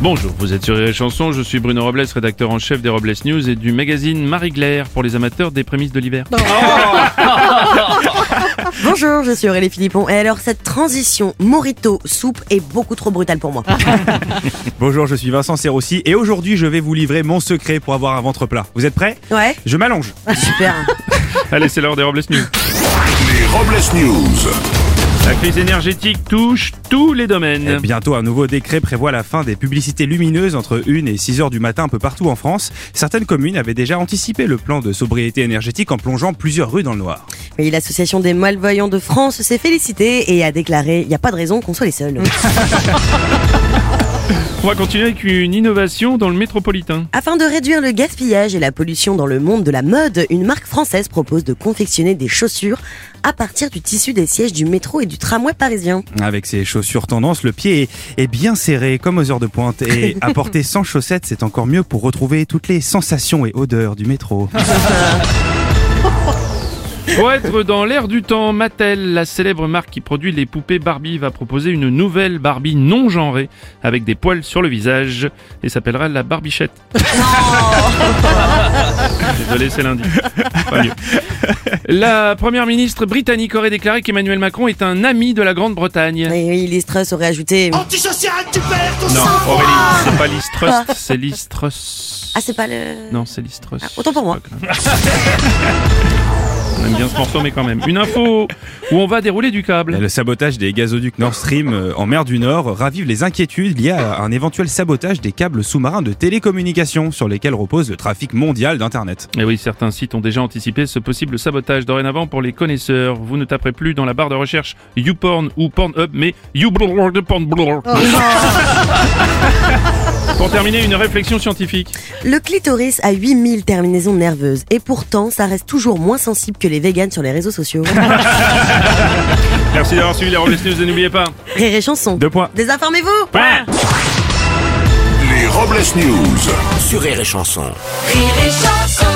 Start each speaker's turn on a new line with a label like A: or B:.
A: Bonjour, vous êtes sur Rire et Chanson, je suis Bruno Robles, rédacteur en chef des Robles News et du magazine Marie Glaire pour les amateurs des prémices de l'hiver.
B: Bonjour, je suis Aurélie Philippon. Et alors, cette transition morito soupe est beaucoup trop brutale pour moi.
C: Bonjour, je suis Vincent Serroussi et aujourd'hui je vais vous livrer mon secret pour avoir un ventre plat. Vous êtes prêts
B: Ouais.
C: Je m'allonge.
B: Ah, super.
A: Allez, c'est l'heure des Robles News.
D: Les Robles News.
A: La crise énergétique touche tous les domaines.
C: Bientôt un nouveau décret prévoit la fin des publicités lumineuses entre 1 et 6 heures du matin un peu partout en France. Certaines communes avaient déjà anticipé le plan de sobriété énergétique en plongeant plusieurs rues dans le noir.
B: Oui, l'association des malvoyants de France s'est félicitée et a déclaré il n'y a pas de raison qu'on soit les seuls.
A: On va continuer avec une innovation dans le métropolitain.
B: Afin de réduire le gaspillage et la pollution dans le monde de la mode, une marque française propose de confectionner des chaussures à partir du tissu des sièges du métro et du tramway parisien.
C: Avec ses chaussures tendance, le pied est, est bien serré comme aux heures de pointe et à porter sans chaussettes, c'est encore mieux pour retrouver toutes les sensations et odeurs du métro.
A: Pour être dans l'air du temps, Mattel, la célèbre marque qui produit les poupées Barbie, va proposer une nouvelle Barbie non genrée avec des poils sur le visage et s'appellera la Barbichette. Désolé, c'est lundi. Pas mieux. La première ministre britannique aurait déclaré qu'Emmanuel Macron est un ami de la Grande-Bretagne.
B: Et oui, Liz Truss aurait ajouté.
A: Non, Aurélie, c'est pas Liz Truss, c'est Liz Truss.
B: Ah, c'est pas le.
A: Non, c'est Liz Truss.
B: Ah, autant pour moi.
A: C'est pas grave. On aime bien ce morceau, mais quand même. Une info où on va dérouler du câble.
C: Le sabotage des gazoducs Nord Stream euh, en mer du Nord ravive les inquiétudes liées à un éventuel sabotage des câbles sous-marins de télécommunications sur lesquels repose le trafic mondial d'Internet.
A: Et Eh oui, certains sites ont déjà anticipé ce possible sabotage. Dorénavant, pour les connaisseurs, vous ne taperez plus dans la barre de recherche YouPorn ou Pornhub, mais YouBlurred
B: Oh,
A: Porn Pour terminer, une réflexion scientifique.
B: Le clitoris a 8000 terminaisons nerveuses et pourtant, ça reste toujours moins sensible que les véganes sur les réseaux sociaux.
A: Merci d'avoir suivi les Robles News et n'oubliez pas.
B: Rire et chanson.
C: Deux points.
B: Désinformez-vous
D: Les Robles News.
E: Sur Rire et Chanson.
F: Rire et chanson.